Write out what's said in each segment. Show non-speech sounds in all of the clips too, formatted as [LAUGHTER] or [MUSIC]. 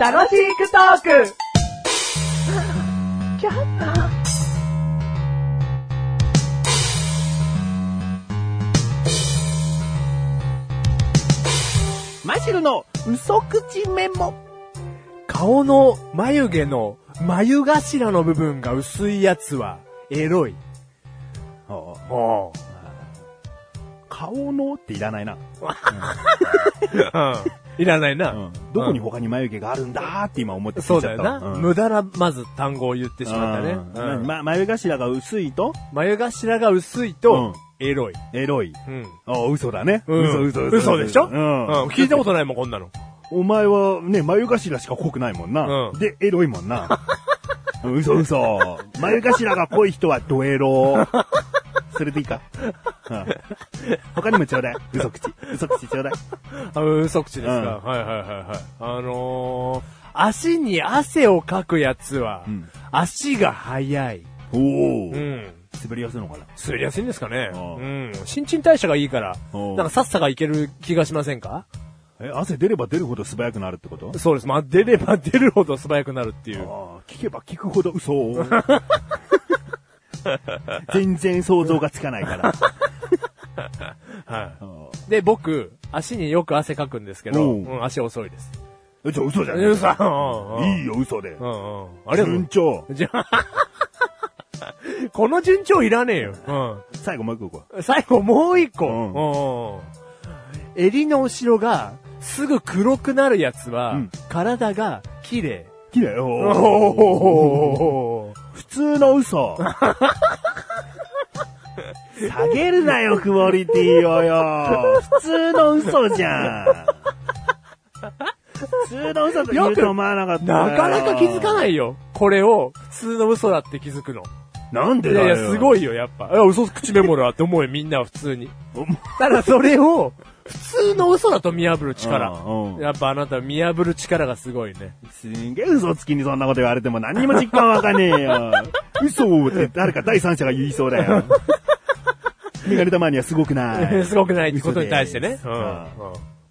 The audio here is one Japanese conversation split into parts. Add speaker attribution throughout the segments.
Speaker 1: 楽しくトーク
Speaker 2: マシュルの嘘口メモ。
Speaker 3: 顔の眉毛の眉頭の部分が薄いやつはエロい。
Speaker 2: ああ
Speaker 3: おう
Speaker 2: 顔のっていらないな。
Speaker 3: いらないな。
Speaker 2: どこに他に眉毛があるんだって今思って聞
Speaker 3: そう
Speaker 2: いち
Speaker 3: だ
Speaker 2: ゃっ
Speaker 3: よ
Speaker 2: た
Speaker 3: な、
Speaker 2: わ。
Speaker 3: 無駄な、まず単語を言ってしまったね。
Speaker 2: うん
Speaker 3: うん
Speaker 2: ま眉頭が薄いと、
Speaker 3: 眉頭が薄いと、エロい。
Speaker 2: エロい。
Speaker 3: うん。
Speaker 2: ああ、嘘だね。
Speaker 3: うん
Speaker 2: 嘘、嘘、嘘。
Speaker 3: 嘘でしょ
Speaker 2: うん。
Speaker 3: うん聞いたことないもん、こんなの。
Speaker 2: お前はね、眉頭しか濃くないもんな。
Speaker 3: うん
Speaker 2: で、エロいもんな。 [LAUGHS] 嘘嘘。眉頭が濃い人はドエロ。それでいいか。うん他にもちょうだい。嘘口。嘘口ちょうだい。
Speaker 3: あ嘘口ですか、
Speaker 2: うん
Speaker 3: はいはいはいはい。あのー、足に汗をかくやつは、
Speaker 2: うん
Speaker 3: 足が速い。
Speaker 2: おお、
Speaker 3: うん。
Speaker 2: 滑りやすいのかな。
Speaker 3: 滑りやすいんですかね。
Speaker 2: ああ
Speaker 3: うん。新陳代謝がいいから、
Speaker 2: ああ
Speaker 3: なんかさっさがいける気がしませんか
Speaker 2: え、汗出れば出るほど素早くなるってこと
Speaker 3: そうです。まあ、出れば出るほど素早くなるっていう。
Speaker 2: ああ、聞けば聞くほど嘘。 [LAUGHS] 全然想像がつかないから。
Speaker 3: は
Speaker 2: あ
Speaker 3: い。で、僕、足によく汗かくんですけど、
Speaker 2: おう
Speaker 3: うん、足遅いです。
Speaker 2: あじゃあ嘘じゃねえ
Speaker 3: 嘘うんうん
Speaker 2: いいよ、嘘で。
Speaker 3: うんうん。あ
Speaker 2: あ
Speaker 3: れ
Speaker 2: れ
Speaker 3: は
Speaker 2: 順調。
Speaker 3: じゃあ、 [LAUGHS] この順調いらねえよ。
Speaker 2: 最後もう一個行こ
Speaker 3: うん。最後、もう一個。
Speaker 2: うん
Speaker 3: うん。襟の後ろが、すぐ黒くなるやつは、
Speaker 2: うん
Speaker 3: 体が綺
Speaker 2: う。
Speaker 3: 麗。
Speaker 2: 綺麗よ。
Speaker 3: おー
Speaker 2: 普通の
Speaker 3: [LAUGHS]
Speaker 2: 嘘。下げるなよ、クオリティをよ。普通の嘘じゃん。普通の嘘と言うと思わなかったよ
Speaker 3: なかなか気づかないよ。これを普通の嘘だって気づくの。
Speaker 2: なんで
Speaker 3: い
Speaker 2: だ
Speaker 3: や
Speaker 2: よ。
Speaker 3: いや、すごいよ、やっぱ。いや、嘘口メモだって思うよ、みんなは普通に。
Speaker 2: お。
Speaker 3: ただそれを、普通の嘘だと見破る力。
Speaker 2: うんうん
Speaker 3: やっぱあなたは見破る力がすごいね。
Speaker 2: すんげえ嘘つきにそんなこと言われても何にも実感わかねえよ。嘘をって誰か第三者が言いそうだよ。メガネたまにはすごくない。
Speaker 3: [LAUGHS] すごくないってことに対してね。
Speaker 2: 嘘
Speaker 3: う
Speaker 2: です
Speaker 3: んう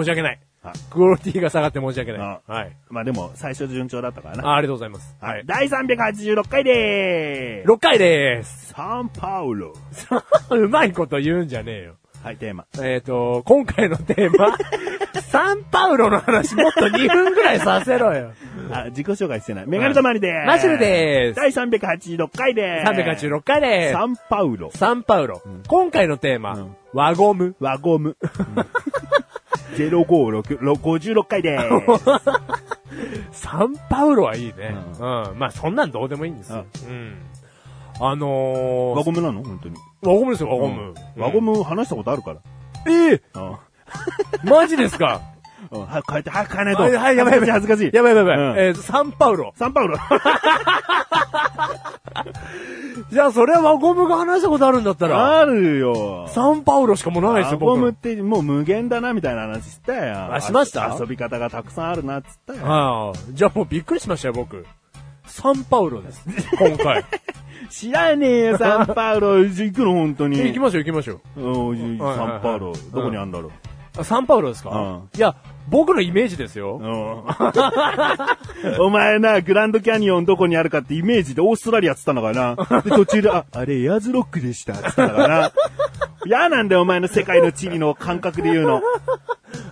Speaker 3: ん申し訳ない
Speaker 2: あ。
Speaker 3: クオリティが下がって申し訳ない。
Speaker 2: あ
Speaker 3: はい。
Speaker 2: まあでも、最初順調だったからな。
Speaker 3: あありがとうございます。は
Speaker 2: はい
Speaker 3: い。。
Speaker 2: 第386回でー
Speaker 3: 6回でーす。 [LAUGHS]
Speaker 2: す。サンパウロ。
Speaker 3: うまいこと言うんじゃねえよ。
Speaker 2: はい、テーマ。
Speaker 3: えっ、と、今回のテー [LAUGHS] マ、サンパウロの話もっと2分ぐらいさせろよ。
Speaker 2: あ、自己紹介してない。メガネたまにでーす。
Speaker 3: マシュルでーす
Speaker 2: 第386回でーす。
Speaker 3: 386回です。
Speaker 2: サンパウロ。
Speaker 3: サンパウロ。今回のテーマ、
Speaker 2: うん
Speaker 3: 輪ゴム。
Speaker 2: 輪ゴム。056、56回でー
Speaker 3: [LAUGHS]
Speaker 2: す。
Speaker 3: サンパウロはいいね。う。
Speaker 2: うん
Speaker 3: まあ、そんなんどうでもいいんですよ。うん。あのー、
Speaker 2: 輪ゴムなの本当に。
Speaker 3: 輪ゴムですよ、輪ゴム。うん
Speaker 2: 輪ゴム話したことあるから。
Speaker 3: え
Speaker 2: うん
Speaker 3: えマジですか
Speaker 2: うん早く変えて、早 [LAUGHS] く変えないと。
Speaker 3: はい、はい、やばいやばい。
Speaker 2: 恥ずかしい。
Speaker 3: やばいやばいやばい。
Speaker 2: うん
Speaker 3: えーサンパウロ。
Speaker 2: サンパウロ。
Speaker 3: じゃあ、それは輪ゴムが話したことあるんだったら、
Speaker 2: あるよ。
Speaker 3: サンパウロしかもうないですよ、
Speaker 2: 輪ゴ
Speaker 3: 僕。
Speaker 2: ムってもう無限だな、みたいな話したよ。
Speaker 3: あしました
Speaker 2: 遊遊び方がたくさんあるな、っつったよ。
Speaker 3: ああ、じゃあもうびっくりしましたよ、僕。サンパウロです。
Speaker 2: [LAUGHS]
Speaker 3: 今回。
Speaker 2: 知らねえよ、サンパウロ。行くの、本当に。
Speaker 3: 行きましょう、行きましょ
Speaker 2: うん
Speaker 3: はいはいはい
Speaker 2: サンパウロ。どこにあんだろう。
Speaker 3: う。サンパウロですか、
Speaker 2: うん
Speaker 3: いや、僕のイメージですよ。
Speaker 2: うんお前な、グランドキャニオンどこにあるかってイメージでオーストラリアっつったのかな。で、途中で、あ、あれエアーズロックでしたっつったのかな。嫌なんだよ、お前の世界の地理の感覚で言うの。
Speaker 3: あ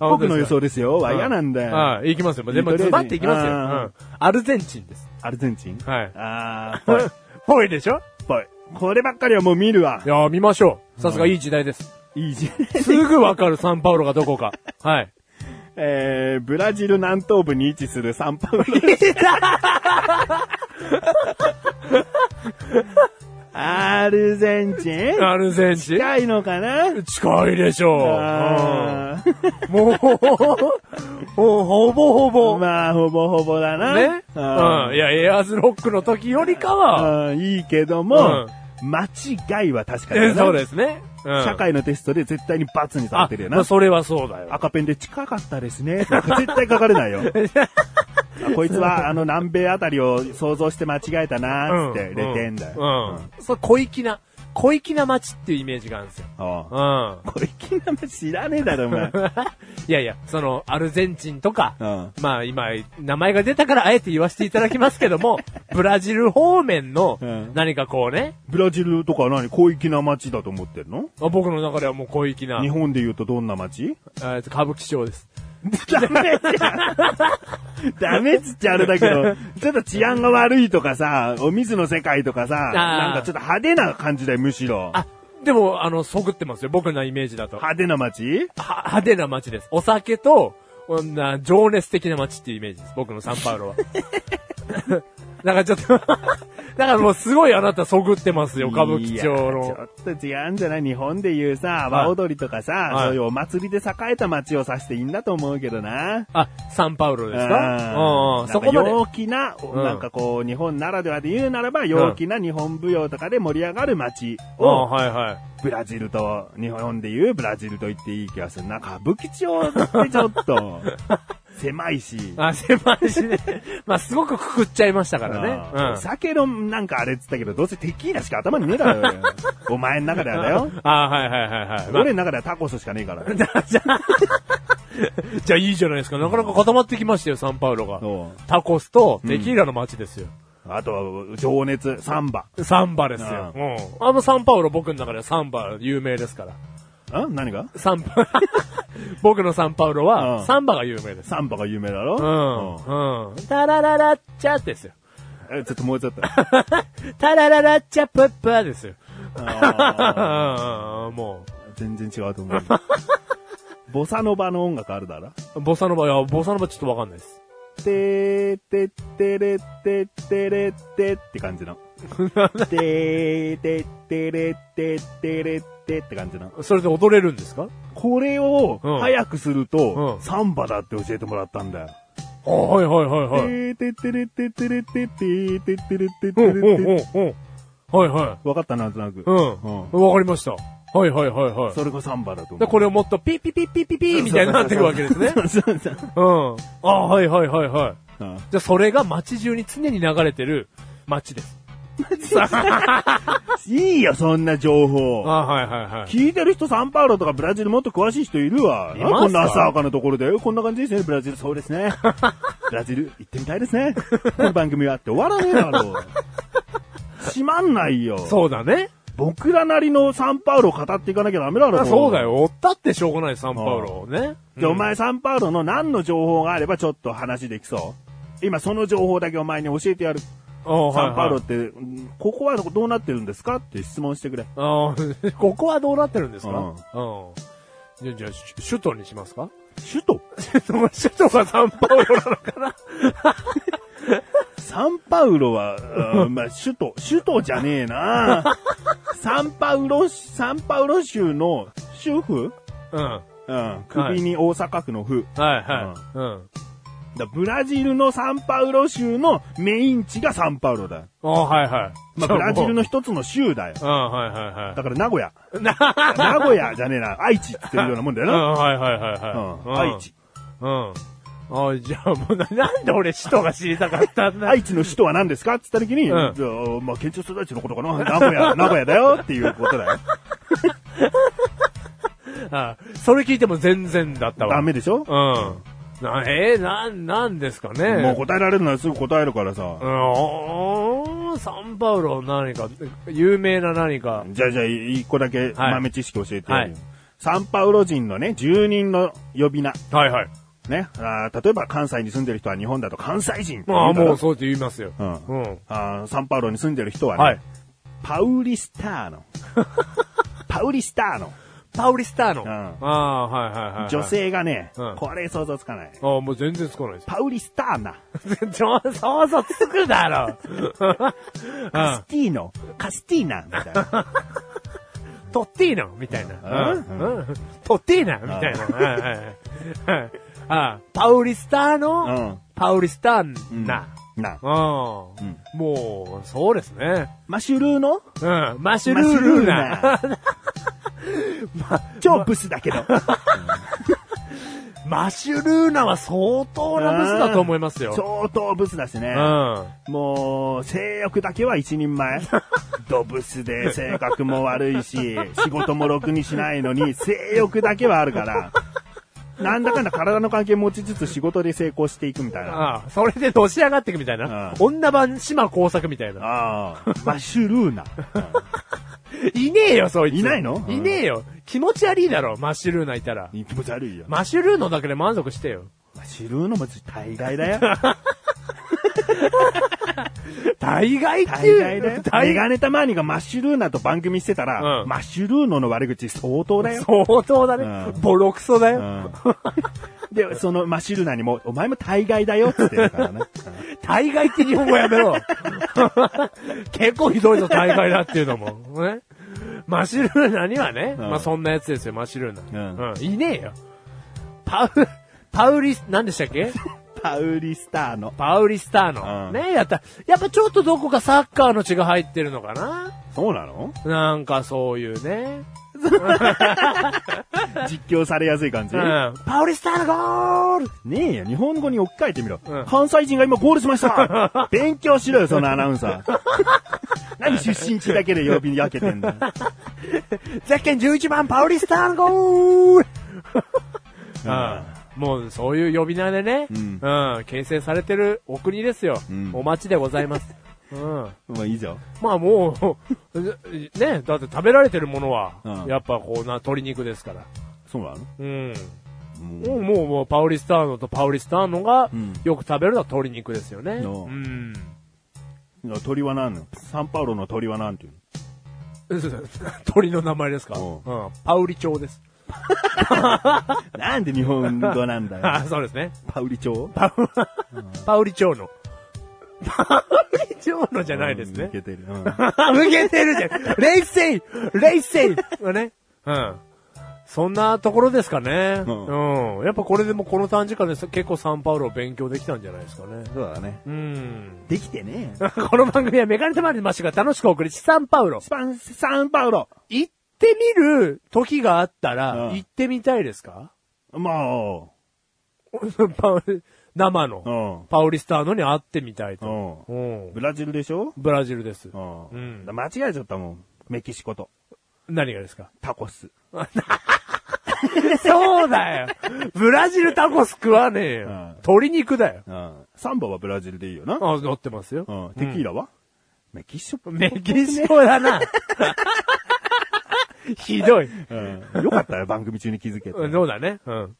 Speaker 2: 僕の予。
Speaker 3: 本
Speaker 2: 想ですよ。は
Speaker 3: 当で
Speaker 2: 嫌
Speaker 3: すか
Speaker 2: なんだよ。
Speaker 3: はい、行きますよ。でも、
Speaker 2: とりあえず
Speaker 3: ズバって行きますよ、
Speaker 2: あ
Speaker 3: うんアルゼンチンです。
Speaker 2: アルゼンチン
Speaker 3: はい
Speaker 2: あー、ぽい、
Speaker 3: ぽいでしょ
Speaker 2: ぽい。こればっかりはもう見るわ
Speaker 3: い。やー、見ましょう。さすがいい時代です。
Speaker 2: いいじ
Speaker 3: すぐわかる、サンパウロがどこか。はい。
Speaker 2: えー、ブラジル南東部に位置するサンパウロ。アルゼンチン
Speaker 3: アルゼンチン
Speaker 2: 近いのかな
Speaker 3: 近いでしょう。うん
Speaker 2: あー
Speaker 3: もう、ほほぼほぼ。
Speaker 2: まあ、ほぼほぼだな。
Speaker 3: ね。
Speaker 2: あ
Speaker 3: うん。いや、エアーズロックの時よりかは、
Speaker 2: ーうんいいけども、間違いは確かに
Speaker 3: え
Speaker 2: な。
Speaker 3: そうですね。うん
Speaker 2: 社会のテストで絶対に罰にさ
Speaker 3: あ
Speaker 2: れてるよ、
Speaker 3: まあ
Speaker 2: な。
Speaker 3: それはそうだよ。
Speaker 2: 赤ペンで近かったですね。なんか絶対書かれないよ。あこいつ
Speaker 3: [LAUGHS]
Speaker 2: は、あの、南米あたりを想像して間違えたな、つって、
Speaker 3: うん
Speaker 2: レ点だよ。
Speaker 3: うん。そう、小粋な、小粋な街っていうイメージがあるんですよ。
Speaker 2: ああ。
Speaker 3: う
Speaker 2: これ、きなめ知らねえだろ、お
Speaker 3: [LAUGHS]
Speaker 2: 前。
Speaker 3: ん。いやいや、その、アルゼンチンとか、
Speaker 2: うん
Speaker 3: まあ今、名前が出たからあえて言わせていただきますけど
Speaker 2: [LAUGHS]
Speaker 3: も、ブラジル方面の
Speaker 2: うん、
Speaker 3: 何かこうね、
Speaker 2: ブラジルとかは何広域な街だと思ってるの
Speaker 3: あ僕の中ではもう小粋な、
Speaker 2: 日本で言うとどんな街 [LAUGHS]
Speaker 3: えー歌舞伎町です。
Speaker 2: ダメじゃんダメっつっちゃあれだけど、ちょっと治安が悪いとかさ、お水の世界とかさ、なんかちょっと派手な感じだよ、むしろ。
Speaker 3: あ、でも、あの、そぐってますよ。僕のイメージだと。は、
Speaker 2: 派手な街
Speaker 3: 派手な街です。お酒と、こんな、情熱的な街っていうイメージです。僕のサンパウ
Speaker 2: [LAUGHS]
Speaker 3: ロは。だからちょっと [LAUGHS] 、だからもうすごいあなたそぐってますよ、歌舞伎町
Speaker 2: いや
Speaker 3: の。
Speaker 2: ちょっと違うんじゃない日本で言うさ、和踊りとかさ、
Speaker 3: い
Speaker 2: そういうお祭りで栄えた街を指していいんだと思うけどな。
Speaker 3: あ、サンパウロですか
Speaker 2: うん
Speaker 3: うんうん、そこまで。
Speaker 2: 陽気な、
Speaker 3: ん
Speaker 2: なんかこう、日本ならではで言うならば、陽気な日本舞踊とかで盛り上がる街
Speaker 3: うん、
Speaker 2: を、
Speaker 3: はいはい。
Speaker 2: ブラジルと、日本で言うブラジルと言っていい気がするな。歌舞伎町ってちょっ
Speaker 3: [LAUGHS]
Speaker 2: と、狭いし。
Speaker 3: あ、狭いしね。 [LAUGHS] まあ、すごくくくっちゃいましたか
Speaker 2: う
Speaker 3: ら
Speaker 2: んお
Speaker 3: ね。
Speaker 2: 酒のなんかあれっつったけど、どうせテキーラしか頭にねえだろうよ。お前の中ではだよ
Speaker 3: う。ん。あ、はいはいはいはい。 [LAUGHS] まあ
Speaker 2: 俺の中ではタコスしかねえから。
Speaker 3: じゃあ、 [LAUGHS] じゃあいいじゃないですか。なかなか固まってきましたよ、サンパウロが。
Speaker 2: そう
Speaker 3: タコスとテキーラの街ですよ。
Speaker 2: あとは、情熱、サンバ。
Speaker 3: サンバですよ。
Speaker 2: う
Speaker 3: うん。あのサンパウロ僕の中ではサンバ有名ですから。
Speaker 2: ん何が
Speaker 3: サンパ、 [LAUGHS] 僕のサンパウロ
Speaker 2: うん
Speaker 3: はサンバが有名です。
Speaker 2: サンバが有名だろ
Speaker 3: うん。うん。タラララッチャですよ。
Speaker 2: うんえちょっともうちょっと。
Speaker 3: タラララッチャプップーですよ。うんう
Speaker 2: あ
Speaker 3: ん [LAUGHS] うんも
Speaker 2: ー全然違うと思う。ボサノバの音楽あるだろ
Speaker 3: う。ボサノバ、いや、ボサノバちょっとわかんないです。
Speaker 2: てーてってれってってれってって感じの。てーてってれってってれってって感じの。
Speaker 3: それで踊れるんですか
Speaker 2: これを
Speaker 3: うん
Speaker 2: 早くすると
Speaker 3: う、ん
Speaker 2: サンバだって教えてもらったんだよ。
Speaker 3: あはいはいはい
Speaker 2: て
Speaker 3: はい。
Speaker 2: ーてってれってってれっててーてってれってって
Speaker 3: うん
Speaker 2: れ
Speaker 3: う
Speaker 2: って
Speaker 3: んうんうん。はいはい。
Speaker 2: わかったなんとなく。
Speaker 3: うん。わかりました。はいはいはいはい。
Speaker 2: それがサンバだと思
Speaker 3: で、
Speaker 2: う。
Speaker 3: これをもっとピッピッピッピッピッピーみたいになっていくわけで
Speaker 2: [LAUGHS]
Speaker 3: すね。
Speaker 2: そうそうそう。
Speaker 3: うん。あはいはいはいはい。
Speaker 2: うん
Speaker 3: じゃあそれが街中に常に流れてる街です。
Speaker 2: いいよ、そんな情報。
Speaker 3: はいはいは。
Speaker 2: 聞いてる人、サンパウロとかブラジルもっと詳しい人いるわ。
Speaker 3: いますか
Speaker 2: こんな浅はかなところで。こんな感じですね、ブラジル。そうです
Speaker 3: [LAUGHS]
Speaker 2: ね。ブラジル、行ってみたいですね。この番組はって終わらねえだろう。閉まんないよ。
Speaker 3: そうだね。
Speaker 2: 僕らなりのサンパウロを語っていかなきゃダメだろ。
Speaker 3: そうだ。よ。追ったってしょうがない、サンパウロをね。
Speaker 2: で、お前、サンパウロの何の情報があればちょっと話できそう今、その情報だけお前に教えてやる。
Speaker 3: うん、
Speaker 2: サンパウロっ、
Speaker 3: って
Speaker 2: うんここはどうなってるんですかって質問してくれ。
Speaker 3: て。あ [LAUGHS] ここはどうなってるんですか
Speaker 2: うん
Speaker 3: うん。じゃあ、じゃあ、し首都にしますか
Speaker 2: 首都
Speaker 3: 首都がサンパウロなのかな
Speaker 2: サンパウロは、 [LAUGHS] うんまあ、首都、首都じゃねえ [LAUGHS] なサンパウロ、サンパウロ州の州府
Speaker 3: うん。
Speaker 2: うん。首に大阪府の府。
Speaker 3: はいはい。うん。
Speaker 2: だブラジルのサンパウロ州のメイン地がサンパウロだ。
Speaker 3: あはいはい。
Speaker 2: まあ、ブラジル
Speaker 3: の。
Speaker 2: の一つの州だよ。
Speaker 3: うん、はいはいはい。
Speaker 2: だから名古屋。名古屋じゃねえな。愛知って言ってるようなもんだよ
Speaker 3: うん、
Speaker 2: な。
Speaker 3: はいはいはいうはい。
Speaker 2: ん。愛知。。
Speaker 3: うん。あじゃあもうな、なんで俺首都が知りたかったん
Speaker 2: [LAUGHS]
Speaker 3: だ。
Speaker 2: 愛知の首都は何ですかって言った時に、
Speaker 3: うん
Speaker 2: じゃあ、まあ、県庁所在地のことかな。名古屋、名 [LAUGHS] 古屋だよっていうことだよ。
Speaker 3: あそれ聞いても全然だったわ。
Speaker 2: ダメでしょ
Speaker 3: うん。な、えー、なん、なんですかね。
Speaker 2: もう答えられるならすぐ答えるからさ
Speaker 3: う。ーん、サンパウロ何か、有名な何か。
Speaker 2: じゃあじゃあ、一個だけ
Speaker 3: はい
Speaker 2: 豆知識教えてやるよ
Speaker 3: はい
Speaker 2: サンパウロ人のね、住人の呼び名。
Speaker 3: はいはい。
Speaker 2: ね。あー例えば関西に住んでる人は日本だと関西人って言う
Speaker 3: まあ
Speaker 2: だろ
Speaker 3: もうそうって言いますよ。
Speaker 2: うん
Speaker 3: うん。
Speaker 2: あーサンパウロに住んでる人はね、
Speaker 3: はい。
Speaker 2: パウリスター
Speaker 3: [LAUGHS]
Speaker 2: ノ。パウリスターノ。
Speaker 3: パウリスターノ。
Speaker 2: ん
Speaker 3: ああ、はいはいはいはい。
Speaker 2: 女。性がね、
Speaker 3: うん
Speaker 2: これ想像つかない。
Speaker 3: ああ、もう全然つかないです。 [LAUGHS]
Speaker 2: パウリスターナ、
Speaker 3: そう、そうそうつくだろ。 [LAUGHS]
Speaker 2: カスティーノ、カスティーナ、みたいな。
Speaker 3: トッティーナみたいな。
Speaker 2: う
Speaker 3: うんんうんトッティーナみたいなはいはいはいはい。あパウリスター
Speaker 2: うん
Speaker 3: ノパウリスターナ。
Speaker 2: な
Speaker 3: うん。。もう、そうですね。
Speaker 2: マシュルーノ
Speaker 3: うん。マッシュルールーナ。
Speaker 2: マシュルーナ超ブスだけど。
Speaker 3: [LAUGHS] マシュルーナは相当なブスだと思いますよ。
Speaker 2: 相当ブスだしね。
Speaker 3: うん。
Speaker 2: もう、性欲だけは一人
Speaker 3: [LAUGHS]
Speaker 2: 前。ドブスで性格も悪いし、仕事もろくにしないのに、性欲だけはあるから。なんだかんだ体の関係持ちつつ仕事で成功していくみたいな。あ
Speaker 3: ああそれでのし上がっていくみたいな。女版島工作みたいな。
Speaker 2: あ、マッシュルーナ。
Speaker 3: [LAUGHS] いねえよ、そいつ。
Speaker 2: いないの
Speaker 3: いねえよ。気持ち悪いだろ、マッシュルーナいたら。
Speaker 2: 気持ち悪いよ。マ
Speaker 3: マッシュルーノだけで満足してよ。
Speaker 2: ッシュルーナも大概だよ。
Speaker 3: [LAUGHS] 大概って
Speaker 2: 大概
Speaker 3: いう。
Speaker 2: だよ。メ
Speaker 3: 大
Speaker 2: ガ
Speaker 3: 概。
Speaker 2: ネたまにがマッシュルーナと番組してたら、
Speaker 3: うん
Speaker 2: マッシュルーノの悪口相当だよ。
Speaker 3: 相当だね
Speaker 2: う。ん
Speaker 3: ボロクソだよ。
Speaker 2: うんで、そのマッシュルーナにも、お前も大概だよって言ってるからね。
Speaker 3: 大概って日本語や
Speaker 2: [LAUGHS]
Speaker 3: めろ。結構ひどいぞ、大概だっていうのも。ね。マシュルーナにはね、
Speaker 2: うん
Speaker 3: まあそんなやつですよ、マシュルーナ。
Speaker 2: うん
Speaker 3: いねえよ。パウ、パウリス、なんでした
Speaker 2: [LAUGHS]
Speaker 3: っけ
Speaker 2: パウリスターの。
Speaker 3: パウリスターの。
Speaker 2: うん
Speaker 3: ねやった。やっぱちょっとどこかサッカーの血が入ってるのかな
Speaker 2: そうなの
Speaker 3: なんかそういうね。
Speaker 2: 実況されやすい感じ、
Speaker 3: うん。パウリスターのゴール
Speaker 2: ねえよ、日本語に置き換えてみろ。
Speaker 3: うん
Speaker 2: 関西人が今ゴールしました
Speaker 3: [LAUGHS]
Speaker 2: 勉強しろよ、そのアナウンサー。 [LAUGHS] 何出身地だけで呼び分けてんだよ。
Speaker 3: ゼッケン11番、パウリスターのゴールうん。もう、そういう呼び名でね、うん
Speaker 2: ん、
Speaker 3: 形成されてるお国ですよ。
Speaker 2: ん
Speaker 3: お待ちでございます。うん。
Speaker 2: まあいいじゃん。
Speaker 3: まあもう、 [LAUGHS] ね、だって食べられてるものは、
Speaker 2: うん
Speaker 3: やっぱこうな、鶏肉ですから。
Speaker 2: そうなの
Speaker 3: うん。
Speaker 2: うん
Speaker 3: もう、もう、もうパウリスターノとパウリスターノが
Speaker 2: うん、
Speaker 3: よく食べるのは鶏肉ですよね。
Speaker 2: おう
Speaker 3: うん。 [LAUGHS]
Speaker 2: 鳥は何なのサンパウロの鳥は何ていう
Speaker 3: 鳥の名前ですかう。
Speaker 2: おうん
Speaker 3: パウリ町です。
Speaker 2: のなんで日本語なんだよ。
Speaker 3: [LAUGHS] あ、そうですね。
Speaker 2: パウリ町
Speaker 3: パウ、パウリ町の。パウリ町のじゃないです
Speaker 2: うん
Speaker 3: ね
Speaker 2: い。けてる。うん
Speaker 3: 受けてるじゃん。冷静冷静がね。うん。そんなところですかね。う。
Speaker 2: うん
Speaker 3: やっぱこれでもこの短時間で結構サンパウロを勉強できたんじゃないですかね。
Speaker 2: そうだね。
Speaker 3: うん。
Speaker 2: できてねえよ。
Speaker 3: この番組はメガネたまりのマッシュが楽しくお送りし、サンパウロ。
Speaker 2: スパン、サンパウロ
Speaker 3: 行ってみる時があったら、
Speaker 2: うん
Speaker 3: 行ってみたいですか [LAUGHS]
Speaker 2: ま
Speaker 3: パウ生の、
Speaker 2: あ、
Speaker 3: パウリスターノに会ってみたいうと。
Speaker 2: ん。うん。
Speaker 3: うん
Speaker 2: ブラジルでしょ
Speaker 3: ブラジルです。
Speaker 2: う
Speaker 3: うん
Speaker 2: ん。間違えちゃったもん。メキシコと
Speaker 3: 何がですか [LAUGHS]
Speaker 2: タコス。
Speaker 3: そうだよ。ブラジルタコス食わねえよ。
Speaker 2: うん
Speaker 3: 鶏肉だよ。
Speaker 2: うん。サンバはブラジルでいいよな。
Speaker 3: あ、乗ってますよ。
Speaker 2: うん。テキーラはメキシコ。
Speaker 3: メキシコだな。 [LAUGHS] ひどい。
Speaker 2: うん。よかったよ、番組中に気づけて。 [LAUGHS]
Speaker 3: うんそうだね。うん。